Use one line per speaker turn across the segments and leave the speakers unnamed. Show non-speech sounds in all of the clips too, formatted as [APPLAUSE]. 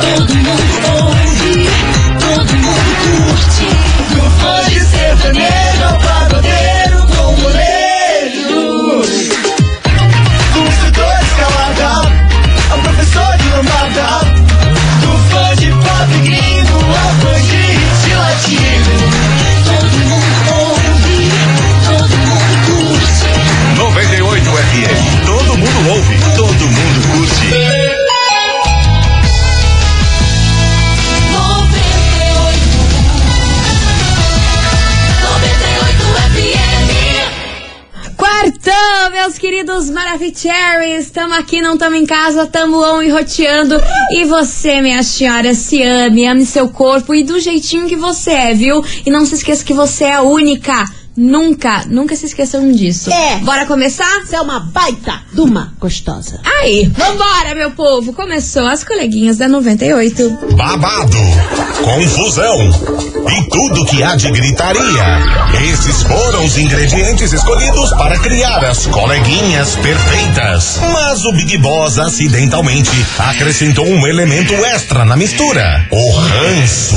mundo ouve, todo mundo curte. No fone sertanejo ao pagodeiro com molejo. Do instrutor escalada, ao professor de lambada. Do fã de pop gringo ao fã de hit latino. Todo mundo ouve, todo mundo curte.
98 FM. Todo mundo ouve, todo mundo curte.
98
Quartão, meus queridos Maravicheries, tamo aqui, não tamo em casa, tamo on e roteando. E você, minha senhora, se ame, ame seu corpo e do jeitinho que você é, viu? E não se esqueça que você é única. Nunca, nunca se esqueçam disso.
É.
Bora começar?
Você é uma baita duma gostosa.
Aí, vambora, meu povo! Começou as coleguinhas da 98.
Babado, confusão e tudo que há de gritaria. Esses foram os ingredientes escolhidos para criar as coleguinhas perfeitas. Mas o Big Boss acidentalmente acrescentou um elemento extra na mistura: o ranço.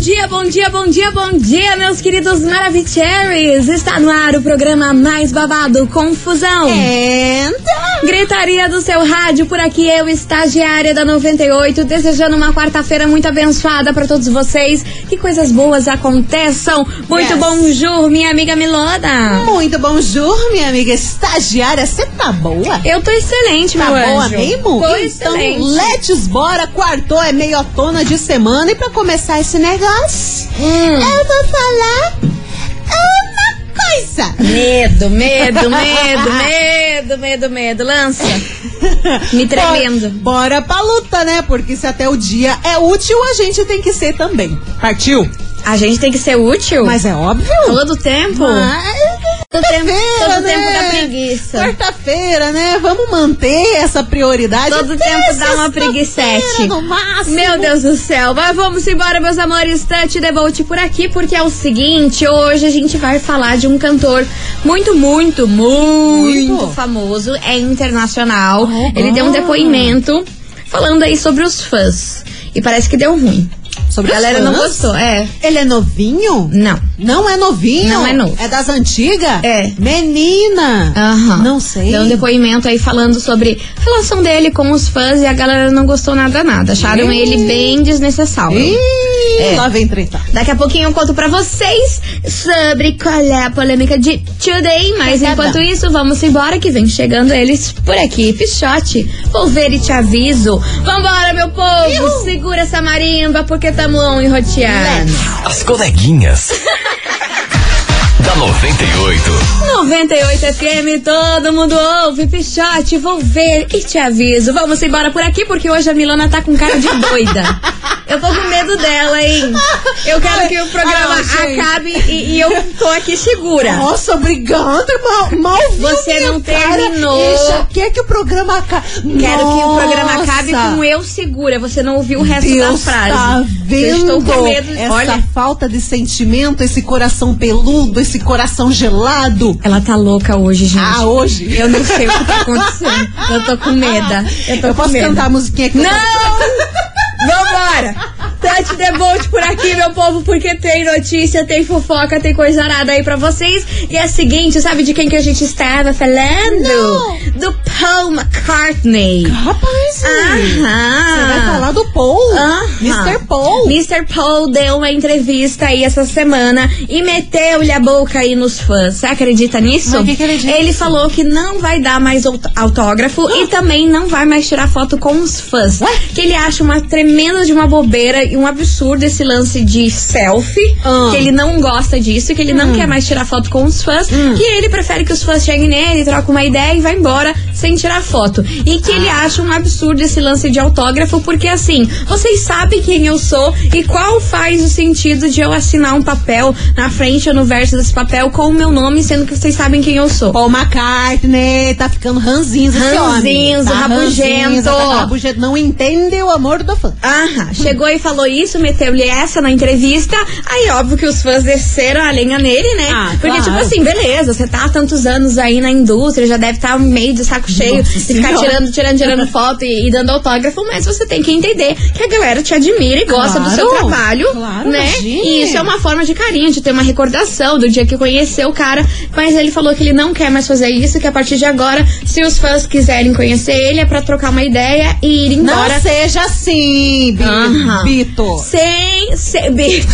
dia, bom dia, bom dia, bom dia, meus queridos Maravicheries! Está no ar o programa mais babado, Confusão.
É. Entra!
Gritaria do seu rádio, por aqui eu, estagiária da 98, desejando uma quarta-feira muito abençoada pra todos vocês. Que coisas boas aconteçam. Muito
Yes.
bom jur, minha amiga Milona.
Muito bom jur, minha amiga estagiária. Você tá boa?
Eu tô excelente,
Tá
meu
boa
anjo.
mesmo?
Tô
então,
excelente.
let's bora. Quartou é meiotona de semana. E pra começar esse negócio,
Hum.
eu vou falar uma coisa.
Medo, [LAUGHS] medo, medo, medo, medo, medo. Lança. Me tremendo.
Bora, bora pra luta, né? Porque se até o dia é útil, a gente tem que ser também. Partiu?
A gente tem que ser útil?
Mas é óbvio.
Todo tempo?
Mas-
Todo tempo,
Quarta-feira,
todo tempo
né?
da preguiça.
Quarta-feira, né? Vamos manter essa prioridade.
Todo tempo dá uma
Terça-feira,
preguiçete.
No máximo.
Meu Deus do céu, mas vamos embora, meus amores. Tante Devolt por aqui, porque é o seguinte: hoje a gente vai falar de um cantor muito, muito, muito,
Muito.
famoso, é internacional.
Uhum.
Ele deu um depoimento falando aí sobre os fãs. E parece que deu ruim.
Sobre
a
os
galera não
fãs?
gostou, é.
Ele é novinho?
Não.
Não é novinho?
Não é novo.
É das antigas?
É.
Menina.
Aham.
Não sei.
Deu um depoimento aí falando sobre a relação dele com os fãs e a galera não gostou nada, nada. Acharam
Ih.
ele bem desnecessário.
Ih,
É.
lá vem treta.
Daqui a pouquinho eu conto pra vocês sobre qual é a polêmica de Today. Mas
Tá
enquanto
bom.
isso, vamos embora que vem chegando eles por aqui. Pichote, vou ver e te aviso. Vambora, meu povo! Segura essa marimba porque tamo on e roteando.
As coleguinhas. da 98.
98 FM, todo mundo ouve. Pichote, vou ver e te aviso. Vamos embora por aqui porque hoje a Milona tá com cara de
[LAUGHS]
doida. Eu tô com medo dela, hein? Eu quero que o programa
Ah, gente.
acabe e, e eu tô aqui segura.
Nossa, obrigada, mal, mal viu
Você
minha
não
cara.
terminou.
E já quer que o programa acabe.
Quero que o programa acabe com eu segura. Você não ouviu o resto
Deus
da frase.
tá
Eu
vendo
estou com medo.
essa
Olha,
falta de sentimento, esse coração peludo, esse coração gelado.
ela tá louca hoje, gente.
Ah, hoje. Ah,
Eu não sei o que tá acontecendo. Eu tô com medo. Eu tô com
posso
medo.
cantar a musiquinha que eu
Não! Vambora! Tati Debolt por aqui, meu povo, porque tem notícia, tem fofoca, tem coisa arada aí pra vocês. E é a seguinte, sabe de quem que a gente estava falando? Do Paul McCartney.
Rapaz,
Aham.
você vai falar do Paul,
Ah! Aham.
Mr. Paul.
Mr. Paul deu uma entrevista aí essa semana e meteu-lhe a boca aí nos fãs. Você acredita nisso?
Mas o que que ele disse?
falou que não vai dar mais aut- autógrafo e também não vai mais tirar foto com os fãs. Que ele acha uma tremenda de uma bobeira e um absurdo esse lance de selfie.
Ah.
Que ele não gosta disso, que ele não quer mais tirar foto com os fãs. Que ele prefere que os fãs cheguem nele, trocam uma ideia e vá embora sem tirar foto. E que ele acha um absurdo absurdo esse lance de autógrafo, porque assim, vocês sabem quem eu sou e qual faz o sentido de eu assinar um papel na frente ou no verso desse papel com o meu nome, sendo que vocês sabem quem eu sou.
Paul McCartney tá ficando ranzinza esse homem.
Ranzinza,
tá
rabugento.
ranzinza, tá rabugento. Não entende o amor do fã.
Aham, chegou e falou isso, meteu-lhe essa na entrevista. Aí, óbvio que os fãs desceram a lenha nele, né?
Ah,
Porque,
claro.
tipo assim, beleza, você tá há tantos anos aí na indústria, já deve estar meio de saco cheio
Nossa
de ficar
Senhora.
tirando, tirando,
[LAUGHS]
tirando foto e, e dando autógrafo, mas você tem que entender que a galera te admira e gosta do seu
Claro,
trabalho,
claro,
né?
imagine.
E isso é uma forma de carinho, de ter uma recordação do dia que conheceu o cara, mas ele falou que ele não quer mais fazer isso, que a partir de agora, se os fãs quiserem conhecer ele, é pra trocar uma ideia e ir
Não
embora
seja assim, Bi-
Aham.
Bito.
sem, se- Bito,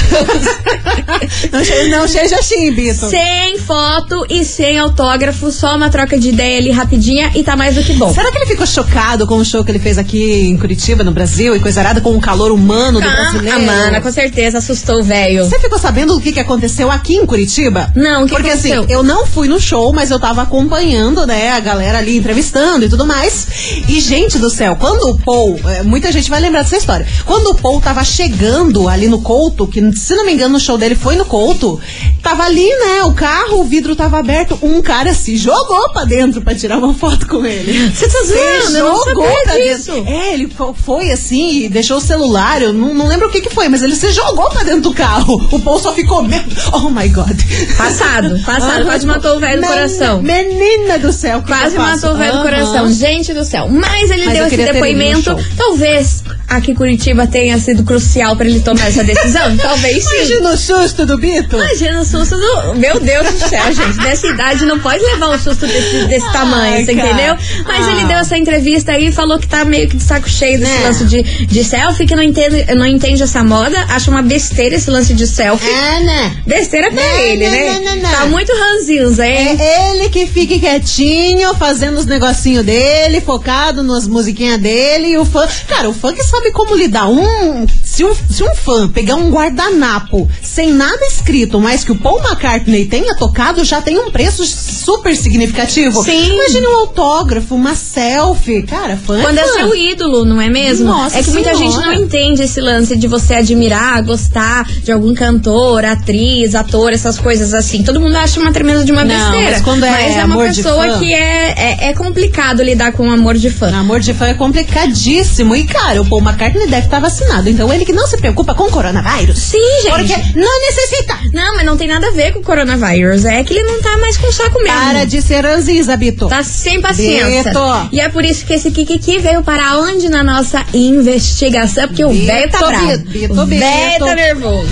Não, se- não seja assim, Bito.
sem foto e sem autógrafo, só uma troca de ideia ali rapidinha e tá mais do que bom.
Será que ele ficou chocado com o show que ele fez aqui em Curitiba, no Brasil, e coisa arada com o calor humano do é brasileiro? é
Ah, mana, com certeza assustou o velho.
Você ficou sabendo o que, que aconteceu aqui em Curitiba?
Não, o que
Porque
aconteceu?
assim, eu não fui no show, mas eu tava acompanhando, né, a galera ali entrevistando e tudo mais. E, gente do céu, quando o Paul. eh, Muita gente vai lembrar dessa história. Quando o Paul tava chegando ali no Couto, que se não me engano o show dele foi no Couto, tava ali, né, o carro, o vidro tava aberto, um cara se jogou pra dentro pra tirar uma foto com ele.
Você tá
Ele
zoando? Eu não
jogou
sabia
pra
disso.
dentro. É, ele fo- foi assim e deixou o celular. Eu não, não lembro o que, que foi, mas ele se jogou pra dentro do carro. O Paul só ficou. me- Oh my god.
Passado, passado,
Ah,
quase matou o velho do
men-
coração.
Menina do céu, o que
Quase
que eu faço?
matou o velho do
Aham.
coração. Gente do céu. Mas ele
Mas
deu
eu
esse
queria ter ido no
depoimento.
show.
Talvez aqui em Curitiba tenha sido crucial pra ele tomar essa
[LAUGHS]
decisão. Talvez sim.
Imagina o susto do Bito.
Imagina o susto do. Meu Deus do
[LAUGHS]
céu, gente. Nessa idade não pode levar um susto desse, desse tamanho,
Ai,
você
cara.
entendeu? Mas
Ah.
ele deu essa entrevista aí e falou que tá meio que de saco cheio desse
É.
lance de, de selfie, que não entende, não entende essa moda, acha uma besteira esse lance de selfie.
Ana.
Besteira pra
É. Não,
ele,
não,
né?
não, não, não.
Tá muito ranzinza, hein?
É ele que fique quietinho, fazendo os negocinhos dele, focado nas musiquinhas dele. E o fã. Cara, o fã que sabe como lidar. Um, se, um, se um fã pegar um guardanapo sem nada escrito, mas que o Paul McCartney tenha tocado, já tem um preço super significativo.
Sim.
Imagina um autógrafo, uma selfie. Cara, fã. é
Quando é
fã.
seu ídolo, não é mesmo?
Nossa
é que muita
Senhora.
gente não entende esse lance de você admirar, gostar de algum cantor, atriz, ator, essas coisas assim. Todo mundo acha uma tremenda de uma
Não,
besteira.
mas quando é
uma
amor de
pessoa
fã-
que é, é, é complicado lidar com o amor de fã.
Amor de fã é complicadíssimo. E, cara, o Paul McCartney deve estar vacinado. Então, ele que não se preocupa com o coronavírus.
Sim, gente.
Porque não necessita.
Não, mas não tem nada a ver com o coronavírus. É que ele não tá mais com saco mesmo.
Para de ser ranzinza, Bito.
Tá sem paciência.
Beto.
E é por isso que esse Kikiki veio para onde na nossa investigação? Porque o
Beto,
velho tá bravo.
Beto,
o
Beto,
velho tá
Beto.
nervoso.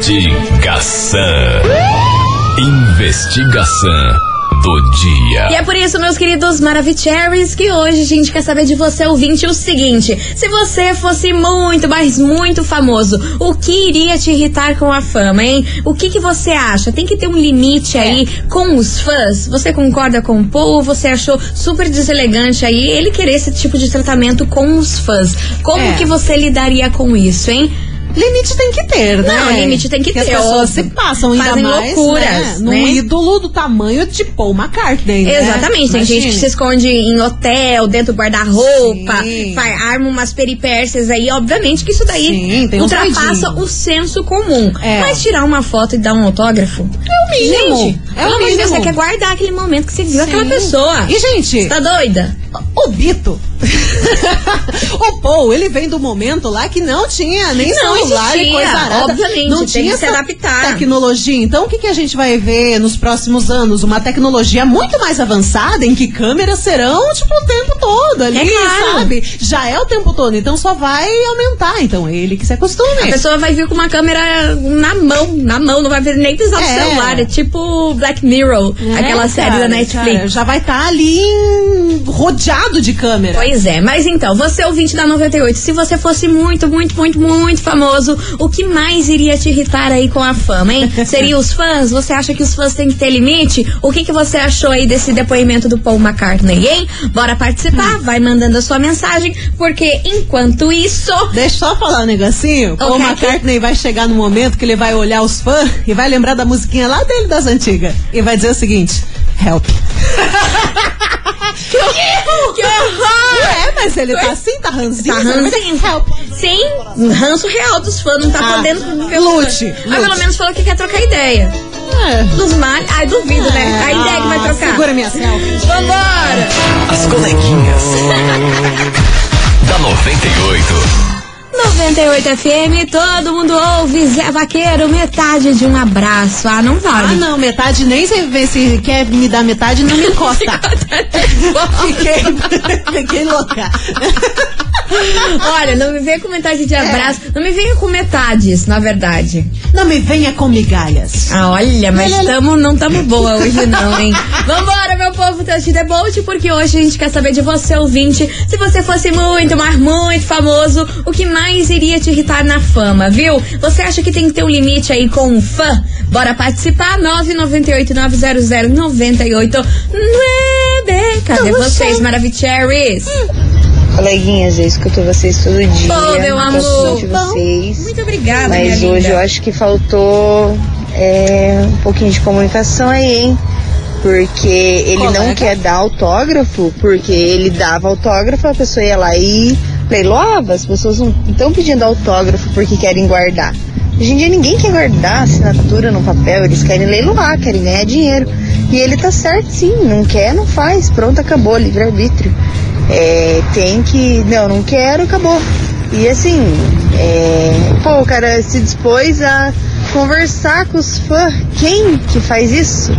Investigação. Investigação do dia.
E é por isso, meus queridos Maravicheries, que hoje a gente quer saber de você, ouvinte, o seguinte: se você fosse muito, mas muito famoso, o que iria te irritar com a fama, hein? O que, que você acha? Tem que ter um limite aí com os fãs? Você concorda com o Paul? Você achou super deselegante aí ele querer esse tipo de tratamento com os fãs? Como
É.
que você lidaria com isso, hein?
Limite tem que ter, né?
Não, limite tem que
Porque
ter,
As pessoas
óbvio.
se passam ainda
Fazem
mais,
loucuras,
né? Num
né?
ídolo do tamanho de Paul McCartney, né?
Exatamente, tem gente que se
Imagine.
esconde em hotel, dentro do guarda-roupa,
Sim.
fa- arma umas peripécias aí. Obviamente que isso daí
Sim, tem um
ultrapassa
doidinho.
o senso comum.
É.
Mas tirar uma foto e dar um autógrafo. É o
mínimo.
Gente,
É o
pelo amor de Deus,
mínimo.
você quer guardar aquele momento que você viu aquela
Sim.
pessoa.
E,
Você
gente,
tá doida?
o Bito. [LAUGHS] o Paul, ele vem do momento lá que não tinha nem
Não
celular
existia,
e coisa arada.
obviamente,
não
tem
tinha
que se
essa
adaptar.
Tecnologia. Então, o que, que a gente vai ver nos próximos anos? Uma tecnologia muito mais avançada em que câmeras serão, tipo, o tempo todo ali,
É claro.
sabe? Já é o tempo todo, então só vai aumentar. Então, ele que se
A
acostume.
pessoa vai vir com uma câmera na mão, na mão, não vai nem precisar do
É.
celular. É tipo Black Mirror,
É,
aquela série da
cara,
Netflix.
cara, já vai estar ali em- rodeado de câmera.
Pois é, mas então, você ouvinte da 98, se você fosse muito, muito, muito, muito famoso, o que mais iria te irritar aí com a fama,
[LAUGHS]
hein? Seria os fãs? Você acha que os fãs têm que ter limite? O que, que você achou aí desse depoimento do Paul McCartney, hein? Bora participar, vai mandando a sua mensagem, porque enquanto isso.
Deixa eu só falar um negocinho. O
Ok.
McCartney vai chegar no momento que ele vai olhar os fãs e vai lembrar da musiquinha lá dele das antigas. E vai dizer o seguinte: Help.
Que Que horror!
É, mas ele tá assim, tá ranzinho.
Ah, Tá
sabe?
ranzinho.
Help.
Sim, um ranço real dos fãs, não tá
Ah,
podendo ver
lute,
Mas
lute.
pelo menos falou que quer trocar ideia.
É.
Dos males, ai, duvido, né? A ideia que vai
Ah,
trocar.
Segura minha selfie.
Vambora!
As coleguinhas. da 98.
98 FM, todo mundo ouve, Zé Vaqueiro, metade de um abraço. Ah, não
Ah,
vale.
não, metade nem se vê se quer me dar metade,
[LAUGHS]
não me encosta. [LAUGHS] fiquei, [LAUGHS] fiquei louca.
Olha, não me venha com metade de abraço. Não me venha com metades, na verdade.
Não me venha com migalhas.
Ah, olha, mas
Olha, olha.
tamo, não tamo boa hoje não, [LAUGHS] hein? Vambora, meu povo, Touch the Bolt, porque hoje a gente quer saber de você, ouvinte. Se você fosse muito, mas muito famoso, o que mais iria te irritar na fama, viu? Você acha que tem que ter um limite aí com um fã? Bora participar, 998-900-98. Bebê, cadê
Tô
vocês, Maravicheries?
Coleguinhas, é eu escuto vocês todo dia.
Pô, meu
muito
amor.
assunto de vocês.
Muito obrigada,
Mas
minha
hoje
linda.
eu acho que faltou é, um pouquinho de comunicação aí, hein? Porque ele
Colega.
não quer dar autógrafo, porque ele dava autógrafo, a pessoa ia lá e leiloava. As pessoas não estão pedindo autógrafo porque querem guardar. Hoje em dia ninguém quer guardar assinatura no papel, eles querem leiloar, querem ganhar dinheiro. E ele tá certo sim, não quer, não faz. Pronto, acabou, livre-arbítrio. É, tem que. Não, não quero, acabou. E assim, é, pô, o cara se dispôs a conversar com os fãs. Quem que faz isso?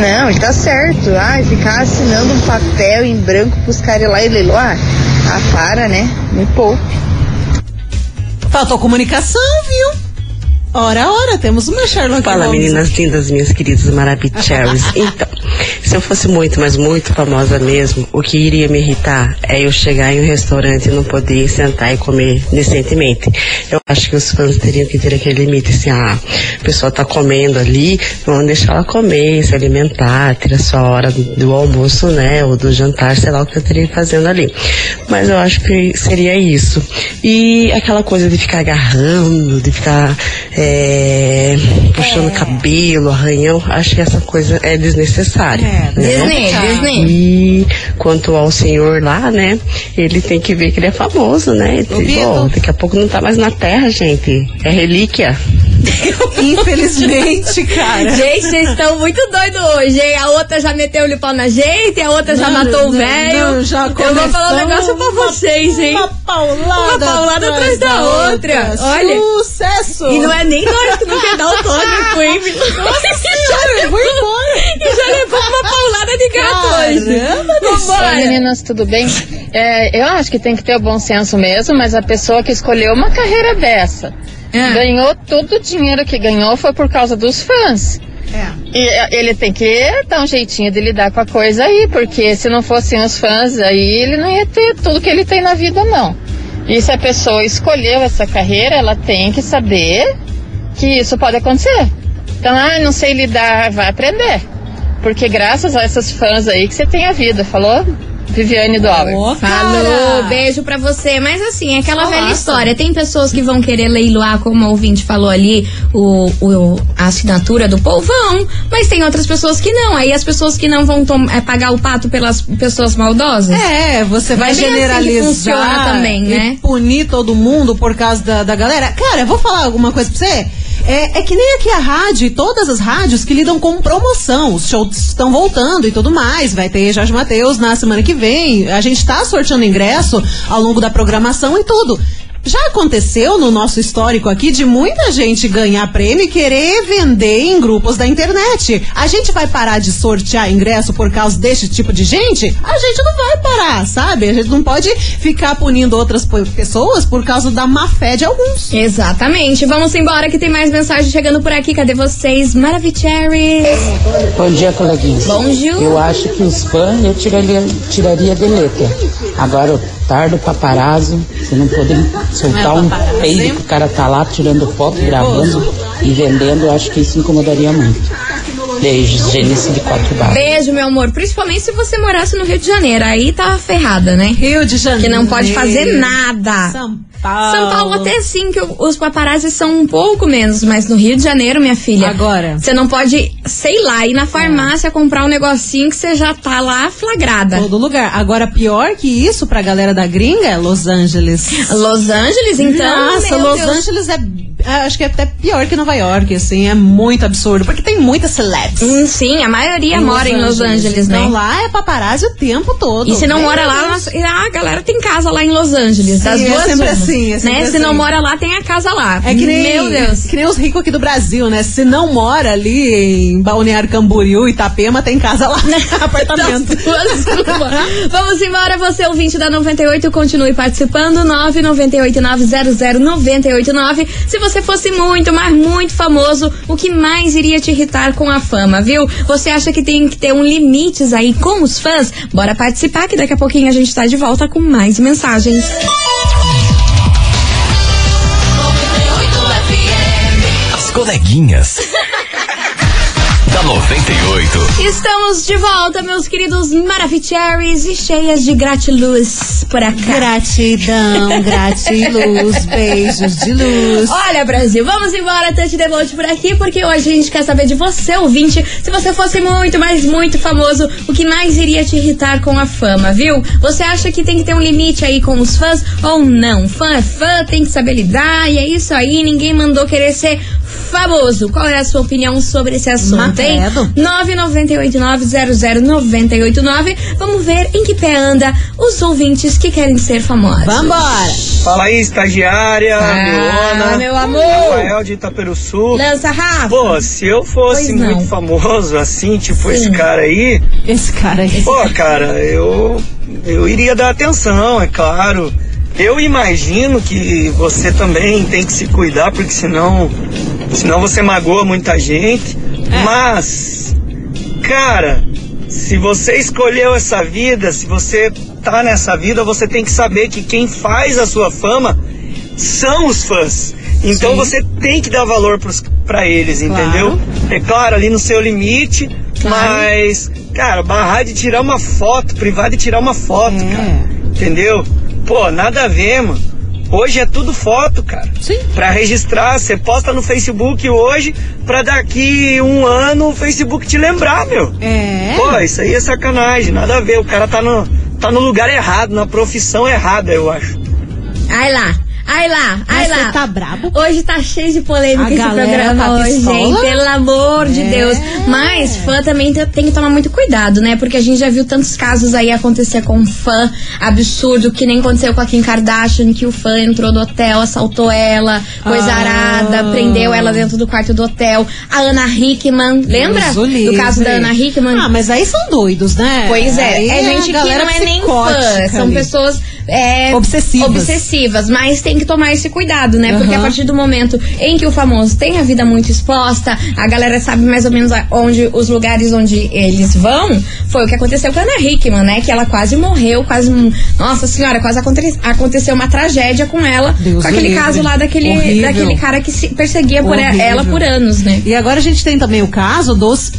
Não, ele tá certo. Ai, ficar assinando um papel em branco pros caras ir lá e leiloar. Ah, para, né? Me poupe.
Faltou comunicação, viu? Ora, ora, temos uma Sherlock
Fala,
Holmes.
meninas lindas, minhas queridas maravilhosas. Então, se eu fosse muito, mas muito famosa mesmo, o que iria me irritar é eu chegar em um restaurante e não poder sentar e comer decentemente. Eu acho que os fãs teriam que ter aquele limite, assim, ah, a pessoa tá comendo ali, vamos deixar ela comer, se alimentar, ter a sua hora do, do almoço, né, ou do jantar, sei lá o que eu teria fazendo ali. Mas eu acho que seria isso. E aquela coisa de ficar agarrando, de ficar é, puxando cabelo, arranhão, acho que essa coisa é desnecessária.
É,
né?
Disney, Disney.
E quanto ao senhor lá, né? Ele tem que ver que ele é famoso, né? E,
Duvido.
bom, daqui a pouco não tá mais na terra, gente. É relíquia.
Infelizmente,
[LAUGHS]
cara.
Gente, vocês estão muito doidos hoje, hein? A outra já meteu o pau na gente, a outra já
Não,
matou o
não,
velho.
não, já
Eu vou falar um
começamos
negócio pra vocês, hein?
Uma paulada,
Uma paulada atrás da outra. Olha.
Sucesso.
E não é nem nós que não quer dar autógrafo,
[LAUGHS]
hein? [LAUGHS] Nossa
Cara, eu vou embora.
E já levou uma paulada de gato hoje.
Caramba,
Oi,
Vambora!
meninas, tudo bem? É, eu acho que tem que ter o bom senso mesmo, mas a pessoa que escolheu uma carreira dessa
É.
ganhou todo o dinheiro que ganhou foi por causa dos fãs. E é, ele tem que dar um jeitinho de lidar com a coisa aí, porque se não fossem os fãs aí, ele não ia ter tudo que ele tem na vida, não. E se a pessoa escolheu essa carreira, ela tem que saber que isso pode acontecer. Então, ah, não sei lidar, vai aprender. Porque graças a essas fãs aí que você tem a vida, falou? Viviane do Albert.
Ô,
Falou,
cara.
beijo pra você. Mas assim, é aquela velha história. Tem pessoas que vão querer leiloar, como o ouvinte falou ali, o, o- a assinatura do povão. Mas tem outras pessoas que não. Aí as pessoas que não vão tom- é, pagar o pato pelas pessoas maldosas.
É, você vai
Mas é assim que
generalizar
funciona também, né?
e punir todo mundo por causa da, da galera. Cara, eu vou falar alguma coisa pra você. É, é que nem aqui a rádio e todas as rádios que lidam com promoção. Os shows estão voltando e tudo mais. Vai ter Jorge Matheus na semana que vem. A gente tá sorteando ingresso ao longo da programação e tudo. Já aconteceu no nosso histórico aqui de muita gente ganhar prêmio e querer vender em grupos da internet. A gente vai parar de sortear ingresso por causa desse tipo de gente? A gente não vai parar, sabe? A gente não pode ficar punindo outras po- pessoas por causa da má fé de alguns.
Exatamente. Vamos embora que tem mais mensagem chegando por aqui. Cadê vocês? Maravicheries!
Bom dia, coleguinhas.
Bom dia.
Eu acho que os fãs eu tiraria, tiraria de letra. Agora o tardo paparazzo, você não pode soltar
Não é
um
paparazzo, hein?
peido que o cara tá lá tirando foto, gravando e vendendo, eu acho que isso incomodaria muito. Beijos, Genice de Quatro Barras.
Beijo, meu amor. Principalmente se você morasse no Rio de Janeiro. Aí tava ferrada, né?
Rio de Janeiro.
Que não pode fazer nada.
São Paulo.
São Paulo até sim, que o- os paparazzi são um pouco menos, mas no Rio de Janeiro, minha filha.
Agora. É.
Você não pode, sei lá, ir na farmácia comprar um negocinho que você já tá lá flagrada.
Todo lugar. Agora, pior que isso pra galera da gringa é
[LAUGHS]
Los Angeles.
Los Angeles, então.
Nossa,
meu
Los
Deus.
Angeles é. é, Acho que é até pior que Nova York, assim. É muito absurdo. Porque tem muitas celebs.
Hum, Sim, a maioria mora em Los Angeles, né?
Então lá é paparazzi o tempo todo.
E se não
Meu
mora lá,
Deus.
nossa, ah, a galera tem casa lá em Los Angeles.
Sim,
das
é
duas
sempre
umas,
assim, é sempre
né? Se
assim.
não mora lá, tem a casa lá.
É que nem,
Meu Deus.
que nem os ricos aqui do Brasil, né? Se não mora ali em Balneário Camboriú, Itapema, tem casa lá,
Né?
[LAUGHS] apartamento.
Duas, [LAUGHS] uma. Vamos embora, você é ouvinte da 98, continue participando. 998900989. Se você fosse muito, mas muito famoso, o que mais iria te irritar com a fama, viu? Você acha que tem que ter um limites aí com os fãs? Bora participar que daqui a pouquinho a gente tá de volta com mais mensagens.
As coleguinhas. da 98.
Estamos de volta, meus queridos Maravicheries e cheias de gratiluz por acá.
Gratidão, gratiluz, beijos de luz.
Olha, Brasil, vamos embora, Tante Devote por aqui, porque hoje a gente quer saber de você, ouvinte, se você fosse muito, mas muito famoso, o que mais iria te irritar com a fama, viu? Você acha que tem que ter um limite aí com os fãs ou não? Fã é fã, tem que saber lidar, e é isso aí, ninguém mandou querer ser famoso. Qual é a sua opinião sobre esse assunto, hein?
Credo.
998900989. Vamos ver em que pé anda os ouvintes que querem ser famosos.
Vambora!
Fala aí, estagiária,
Ah,
Leona,
meu amor!
Rafael de Itaperuçu.
Lança Rafa!
Pô, se eu fosse
Pois não.
muito famoso assim, tipo
Sim.
esse cara aí,
Esse cara aí.
pô, cara, eu, eu iria dar atenção, é claro. Eu imagino que você também tem que se cuidar, porque senão, senão você magoa muita gente. Mas, cara, se você escolheu essa vida, se você tá nessa vida, você tem que saber que quem faz a sua fama são os fãs. Então você tem que dar valor pros- pra eles, entendeu? É claro, ali no seu limite, mas, cara, barrar de tirar uma foto, privar de tirar uma foto, cara. Entendeu? Pô, nada a ver, mano. Hoje é tudo foto, cara.
Sim.
Pra registrar, você posta no Facebook hoje, pra daqui um ano o Facebook te lembrar, meu.
É.
Pô, isso aí é sacanagem, nada a ver. O cara tá no, tá no lugar errado, na profissão errada, eu acho.
Ai lá, ai lá, ai
Mas
lá.
você tá brabo?
Hoje tá cheio de polêmica
A
esse
galera
programa
tá
hoje,
pistola?
hein? Pelo amor de
É.
Deus. Mas fã também te- tem que tomar muito cuidado, né? Porque a gente já viu tantos casos aí acontecer com um fã absurdo, que nem aconteceu com a Kim Kardashian, que o fã entrou no hotel, assaltou ela, coisa
Ah.
arada, prendeu ela dentro do quarto do hotel. A Ana Hickman, lembra?
Deus o
do
livre.
caso da Ana Hickman?
Ah, mas aí são doidos, né?
Pois é,
Aí
é
a
gente que não
galera
é nem fã,
psicótica
são
ali.
pessoas é,
Obsessivas.
obsessivas, mas tem que tomar esse cuidado, né? Porque a
Aham.
partir do momento em que o famoso tem a vida muito exposta, a galera sabe mais ou menos a- onde os lugares onde eles vão, foi o que aconteceu com a Ana Hickman, né? Que ela quase morreu, quase, um- nossa senhora, quase aconte- aconteceu uma tragédia com ela,
Deus
com
o
aquele
livre.
caso lá daquele,
Horrível.
daquele cara que se perseguia por
Horrível.
ela por anos, né?
E agora a gente tem também o caso dos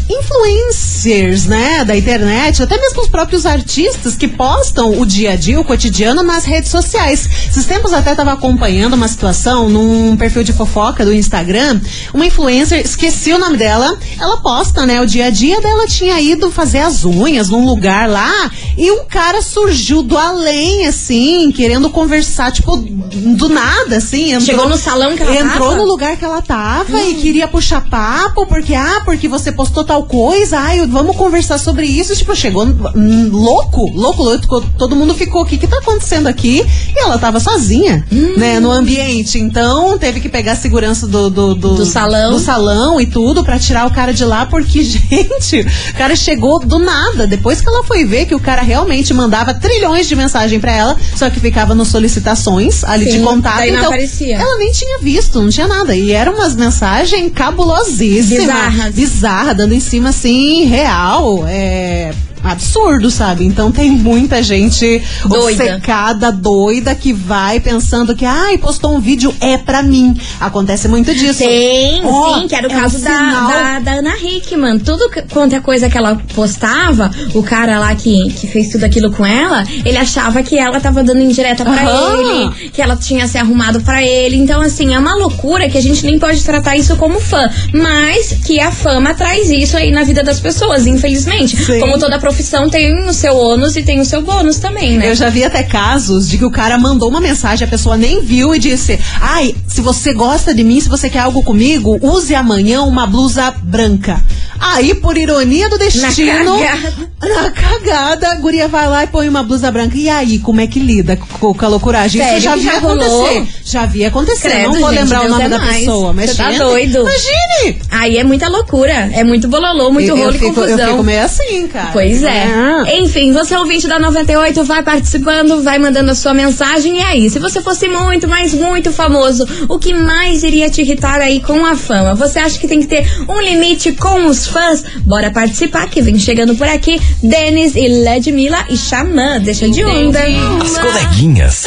influencers, né, da internet, até mesmo os próprios artistas que postam o dia a dia, o cotidiano nas redes sociais. Esses tempos até estava acompanhando uma situação num perfil de fofoca do Instagram, uma influencer, esqueci o nome dela, ela posta, né, o dia a dia dela tinha ido fazer as unhas num lugar lá e um cara surgiu do além assim, querendo conversar, tipo, do nada assim, entrou-
Chegou no salão que ela
entrou
tava?
no lugar que ela tava e queria puxar papo, porque, ah, porque você postou tal coisa, ai, eu- vamos conversar sobre isso. Tipo, chegou hum, louco, louco, louco, todo mundo ficou, o que que tá acontecendo aqui? E ela tava sozinha,
Hum.
né, no ambiente. Então, teve que pegar a segurança do... Do,
Do salão.
do salão e tudo, pra tirar o cara de lá, porque, [LAUGHS] gente, o cara chegou do nada. Depois que ela foi ver que o cara realmente mandava trilhões de mensagem pra ela, só que ficava nos solicitações ali
Sim,
de contato.
daí não
então,
aparecia.
ela nem tinha visto, não tinha nada. E eram umas mensagens cabulosíssimas.
Bizarras.
Bizarra, dando em cima, assim, real. É. absurdo, sabe? Então tem muita gente
Doida.
obcecada, doida, que vai pensando que, ai, postou um vídeo, é pra mim. Acontece muito disso.
Tem,
Ó,
sim, que era o
é um
caso da,
sinal-
da, da Ana Hickman. Tudo que- quanto é coisa que ela postava, o cara lá que, que fez tudo aquilo com ela, ele achava que ela tava dando indireta pra
Aham.
ele, que ela tinha se arrumado pra ele. Então, assim, é uma loucura que a gente nem pode tratar isso como fã. Mas que a fama traz isso aí na vida das pessoas, infelizmente.
Sim.
Como toda profissão tem o seu ônus e tem o seu bônus também, né?
Eu já vi até casos de que o cara mandou uma mensagem, a pessoa nem viu e disse: Ai, se você gosta de mim, se você quer algo comigo, use amanhã uma blusa branca. Aí, por ironia do destino,
cagada.
na cagada, a guria vai lá e põe uma blusa branca. E aí, como é que lida com com a loucuragem?
Sério
Isso já
que
vi
já
acontecer.
rolou?
Já vi acontecer.
Credo,
Não vou
gente,
lembrar o
Deus
nome
é
da
mais.
pessoa, mas.
Você tá
gente,
doido?
Imagine!
Aí é muita loucura, é muito bololô, muito
eu, eu
rolo e
fico,
confusão.
Eu fico meio assim, cara.
Pois é.
Ah.
Enfim, você ouvinte da 98, vai participando, vai mandando a sua mensagem. E aí, se você fosse muito, mas muito famoso, o que mais iria te irritar aí com a fama? Você acha que tem que ter um limite com os fãs? Bora participar, que vem chegando por aqui Denis e Ledmila e Xamã. Deixa de onda.
As coleguinhas.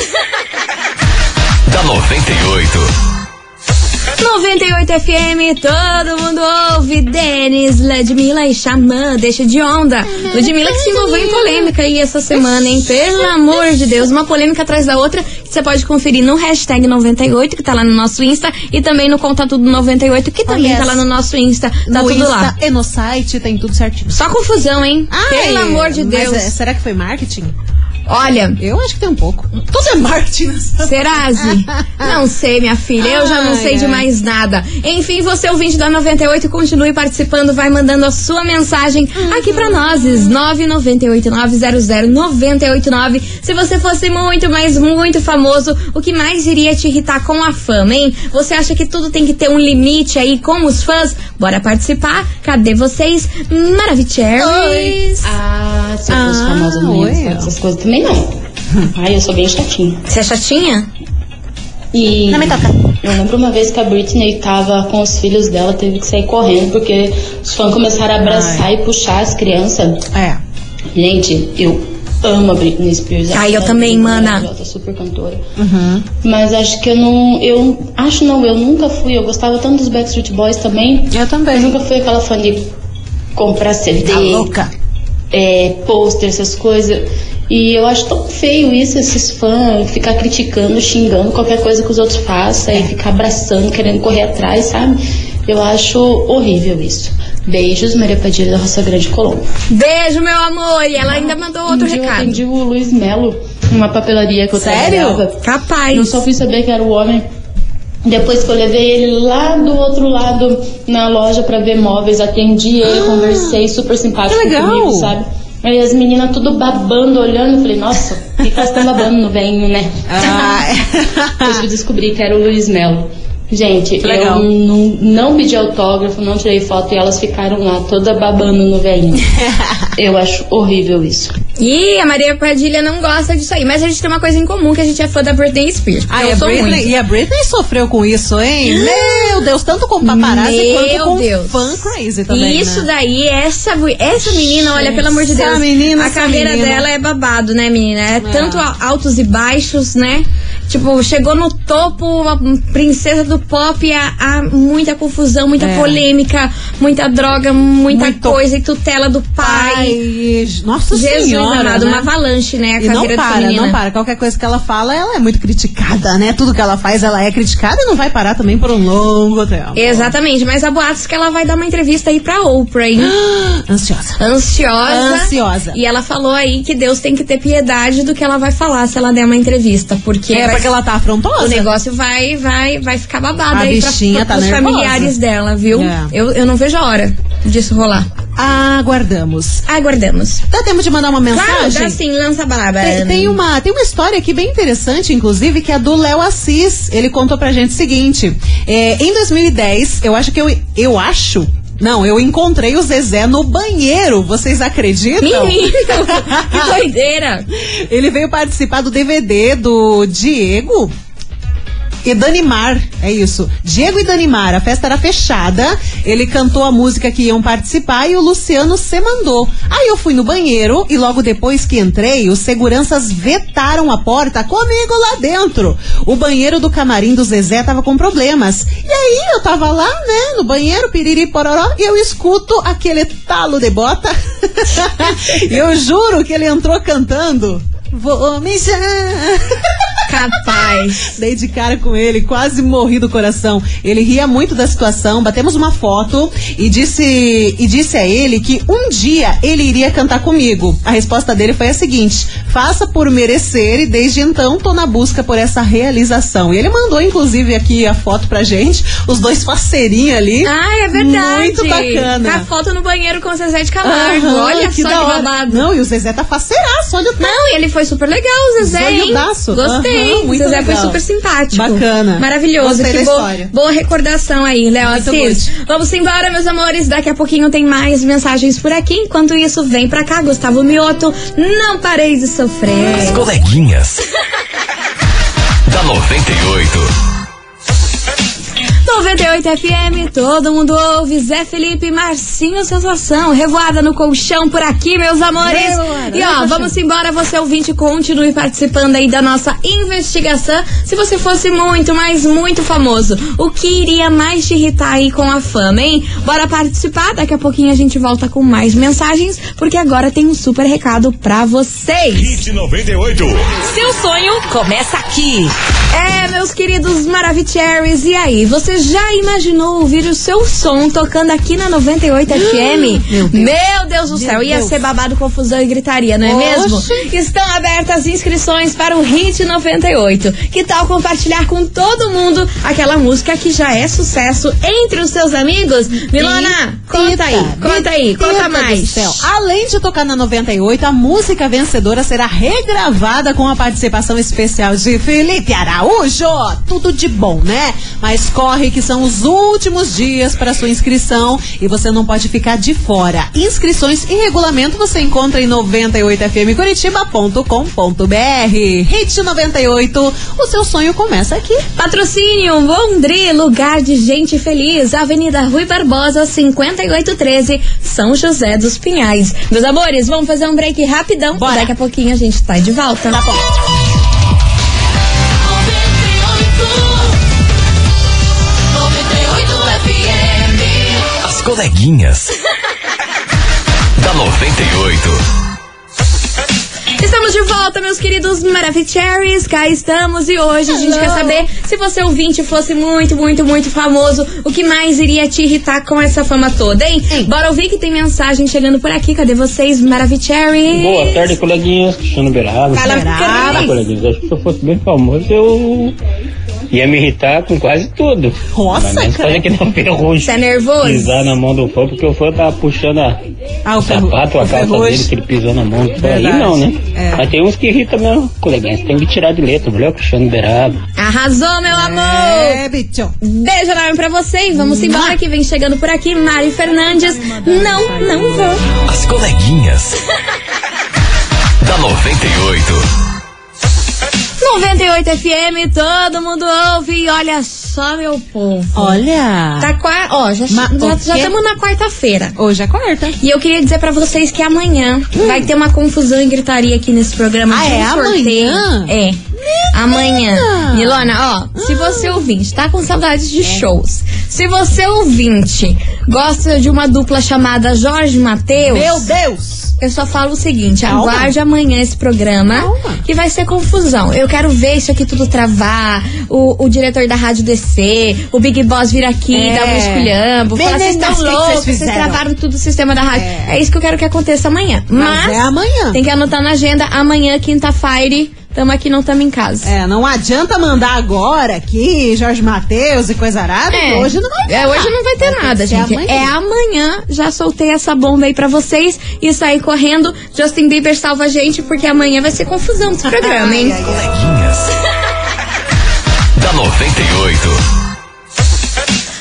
da 98.
98 FM, todo mundo ouve. Denis, Ludmilla e Xamã, deixa de onda.
Uhum.
Ludmilla que se envolveu em polêmica aí essa semana, hein? Pelo amor de Deus, uma polêmica atrás da outra que você pode conferir no hashtag 98, que tá lá no nosso Insta, e também no Conta Tudo 98, que também
yes.
tá lá no nosso Insta. Tá
no
tudo
Insta
lá.
e no site tem tudo certinho.
Só confusão, hein? Pelo amor de
mas,
Deus.
Ah, é, será que foi marketing?
Olha.
Eu acho que tem um pouco. Tudo é marketing. nessa-
Serazi? Não sei, minha filha. Eu já não
Ai,
sei de
ai.
mais nada. Enfim, você ouvinte da 98, continue participando, vai mandando a sua mensagem aqui pra nós. 998900989. Se você fosse muito, mas muito famoso, o que mais iria te irritar com a fama, hein? Você acha que tudo tem que ter um limite aí com os fãs? Bora participar? Cadê vocês? Maravicheris!
Ah, se eu fosse
Ah,
famosa, eu não ia
oi,
gostar
ó.
dessas coisas também, não. [LAUGHS] Ai, eu sou bem chatinha.
Você é chatinha?
E
Não tá- me toca.
eu lembro uma vez que a Britney tava com os filhos dela, teve que sair correndo, porque os fãs começaram a abraçar e puxar as crianças.
É.
Gente, eu amo a Britney Spears.
Ai, eu
Ela
também,
é
mana.
maravilhosa, super cantora. Mas acho que eu não. Eu acho não, eu nunca fui. Eu gostava tanto dos Backstreet Boys também.
Eu também.
Eu nunca fui aquela fã de comprar CD,
Tá louca.
é, pôster, essas coisas. E eu acho tão feio isso, esses fãs ficar criticando, xingando qualquer coisa que os outros façam e ficar abraçando, querendo correr atrás, sabe? Eu acho horrível isso. Beijos, Maria Padilha da Roça Grande Colombo.
Beijo, meu amor! E ela ainda mandou outro
um dia Eu
recado.
atendi o Luiz Melo numa papelaria que eu
Sério?
trabalhava.
Capaz.
Eu só fui saber que era o homem depois que eu levei ele lá do outro lado na loja pra ver móveis, atendi ele, conversei, super simpático
Ah! que legal.
comigo, sabe? Aí as meninas tudo babando, olhando, eu falei, nossa, o que que elas estão babando no venho, né?
Ah.
[LAUGHS]
é.
[LAUGHS]
Depois que eu descobri que era o Luiz Melo. Gente,
Que
eu
legal.
não, não pedi autógrafo, não tirei foto e elas ficaram lá toda babando no
[LAUGHS]
velhinho. eu acho horrível isso.
E a Maria Padilha não gosta disso aí. Mas a gente tem uma coisa em comum, que a gente é fã da Britney Spears.
Ah,
eu
e a,
sou
Britney,
muito. Ah.
e a Britney sofreu com isso, hein? Meu Deus, tanto com paparazzi
Meu
quanto com
Deus.
fã crazy também.
E isso
né?
daí, essa, bu- essa menina, olha, pelo amor de
Essa
Deus.
menina,
a
essa
carreira
menina.
dela é babado, né, menina? É, tanto a- altos e baixos, né? Tipo, chegou no topo a princesa do pop, há, há muita confusão, muita polêmica, muita droga, muita
É. Muito
coisa e tutela do
Ai,
pai.
nossa
Jesus
senhora.
amado,
né?
uma avalanche, né? A
E não
carreira dessa
para,
menina.
não para. Qualquer coisa que ela fala, ela é muito criticada, né? Tudo que ela faz, ela é criticada e não vai parar também por um longo tempo.
Exatamente, mas há boatos que ela vai dar uma entrevista aí pra Oprah, hein?
[GASPS] Ansiosa.
Ansiosa.
Ansiosa.
E ela falou aí que Deus tem que ter piedade do que ela vai falar se ela der uma entrevista. Porque,
é,
vai-
porque ela tá afrontosa.
o negócio vai, vai, vai ficar babado
A
aí pra, pra,
bichinha tá
pros
nervosa.
familiares dela, viu?
É.
Eu, eu não vejo a hora disso rolar.
Aguardamos.
Aguardamos.
Dá tempo de mandar uma
Claro,
mensagem?
dá sim, lança a baraba.
Tem, tem um uma, tem uma história aqui bem interessante, inclusive, que é do Léo Assis. Ele contou pra gente o seguinte: é, em 2010, eu acho que eu. Eu acho. Não, eu encontrei o Zezé no banheiro, vocês acreditam?
Menino,
então.
[LAUGHS] que doideira.
Ele veio participar do DVD do Diego. e Danimar. É isso. Diego e Danimar, a festa era fechada. Ele cantou a música que iam participar e o Luciano se mandou. Aí eu fui no banheiro e logo depois que entrei, os seguranças vetaram a porta comigo lá dentro. O banheiro do camarim do Zezé tava com problemas. E aí eu tava lá, né, no banheiro, piriri pororó, e eu escuto aquele talo de bota. [LAUGHS] eu juro que ele entrou cantando. Vou mijar.
Capaz.
Dei de cara com ele, quase morri do coração. Ele ria muito da situação, batemos uma foto e disse e disse a ele que um dia ele iria cantar comigo. A resposta dele foi a seguinte: faça por merecer e desde então tô na busca por essa realização. E ele mandou inclusive aqui a foto pra gente, os dois parceirinhos ali.
Ai, é verdade.
Muito bacana.
Tá foto no banheiro com o Zezé de Camargo.
Aham,
Olha
que
só
da
que
hora.
babado.
Não, e o Zezé tá faceiraço, olha o
Não, e ele foi super legal, o Zezé. hein?
Zoiudaço.
Gostei.
Aham, muito
o Zezé foi
legal.
super simpático.
Bacana.
Maravilhoso.
Gostei
que
da
bo-
história.
Boa recordação aí, Léo
Muito
Assis. Vamos embora, meus amores. Daqui a pouquinho tem mais mensagens por aqui. Enquanto isso, vem pra cá, Gustavo Mioto. Não parei de sofrer.
As coleguinhas. da 98.
98 FM, todo mundo ouve. Zé Felipe, Marcinho Sensação, revoada no colchão por aqui, meus amores.
Revoada
e
no
ó,
colchão.
vamos embora, você ouvinte, continue participando aí da nossa investigação. Se você fosse muito, mas muito famoso, o que iria mais te irritar aí com a fama, hein? Bora participar, daqui a pouquinho a gente volta com mais mensagens, porque agora tem um super recado pra vocês.
Hit 98.
Seu sonho começa aqui. É, meus queridos Maravicheries, e aí? Você já imaginou ouvir o seu som tocando aqui na [GASPS] 98 FM? Meu Deus, do céu, ia ser babado, confusão e gritaria, não é mesmo? Estão abertas as inscrições para o Hit 98. Que tal compartilhar com todo mundo aquela música que já é sucesso entre os seus amigos? Milona, conta aí, conta aí, conta
Eita do
mais.
céu. Além de tocar na 98, a música vencedora será regravada com a participação especial de Felipe Araújo. Tudo de bom, né? Mas corre que são os últimos dias para sua inscrição e você não pode ficar de fora. Inscrições e regulamento você encontra em 98fmcuritiba.com.br. Hit 98, o seu sonho começa aqui.
Patrocínio Vondri, lugar de gente feliz, Avenida Rui Barbosa, 5813, São José dos Pinhais. Meus amores, vamos fazer um break rapidão. Daqui a pouquinho a gente tá de volta. Tá
bom.
As coleguinhas. da 98.
Estamos de volta, meus queridos Maravicheries. Cá estamos e hoje a gente
Hello.
quer saber se você ouvinte fosse muito, muito, muito famoso, o que mais iria te irritar com essa fama toda, hein? Bora ouvir que tem mensagem chegando por aqui. Cadê vocês, Maravicheries?
Boa tarde, coleguinhas. Cristiano Beraba.
Fala, Beraba.
coleguinhas. Acho que se eu fosse bem famoso, eu ia me irritar com quase tudo.
Nossa,
Mas menos
cara.
fazer que [LAUGHS] nem um ferrugem.
Você é nervoso?
Pisar na mão do fã, porque o fã tava puxando a,
Ah, o
o sapato,
ferru- o
a calça
ferrugem.
dele, que ele pisou na mão. do fã. Aí
Verdade.
não, né?
É.
Mas tem uns que irritam mesmo, coleguinhas. Tem que tirar de letra, valeu, Cristiano Beraba.
Arrasou, meu amor!
É, bicho.
Beijo enorme pra você e vamos embora que vem chegando por aqui Mari Fernandes. Não, não vou.
As coleguinhas. da 98.
98 FM, todo mundo ouve e olha só, meu povo.
Olha.
Tá qua... Ó, já
Ma- o
estamos
quê?
na quarta-feira.
Hoje é quarta.
E eu queria dizer pra vocês que amanhã vai ter uma confusão e gritaria aqui nesse programa.
Ah,
de um
é?
sorteio.
Amanhã?
É. Amanhã. Milona, ó, se você
Ah.
ouvinte tá com saudades de shows, se você ouvinte gosta de uma dupla chamada Jorge Matheus.
Meu Deus!
Eu só falo o seguinte,
Calma.
aguarde amanhã esse programa que vai ser confusão. Eu quero ver isso aqui tudo travar, o, o diretor da rádio descer, o Big Boss vir aqui,
É.
dar um esculhambo, falar
Meninas,
vocês estão
o que que vocês
loucos, vocês
fizeram?"
travaram tudo o sistema da rádio. É. isso que eu quero que aconteça amanhã. Mas,
Mas é amanhã.
Tem que anotar na agenda, amanhã, quinta-feira, tamo aqui, não tamo em casa.
É, não adianta mandar agora aqui, Jorge Matheus e coisa arada, que hoje não vai ter.
É, hoje não vai ter nada,
que ser
gente.
amanhã.
É amanhã, já soltei essa bomba aí pra vocês e saí correndo. Justin Bieber salva a gente, porque amanhã vai ser confusão desse programa, hein?
Da 98.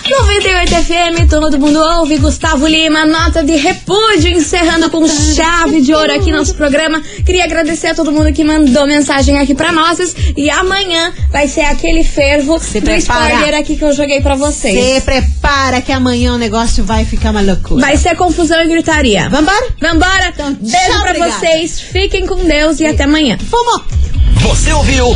98 FM, todo mundo ouve. Gustavo Lima, nota de repúdio, encerrando com chave de ouro aqui nosso programa. Queria agradecer a todo mundo que mandou mensagem aqui pra nós. E amanhã vai ser aquele fervo Se do
prepara.
spoiler aqui que eu joguei pra vocês.
Se prepara que amanhã o negócio vai ficar uma loucura.
Vai ser confusão e gritaria.
Vambora?
Vambora. Beijo
Então, tchau,
pra
obrigada.
vocês. Fiquem com Deus e até amanhã.
Fomos!
Você ouviu?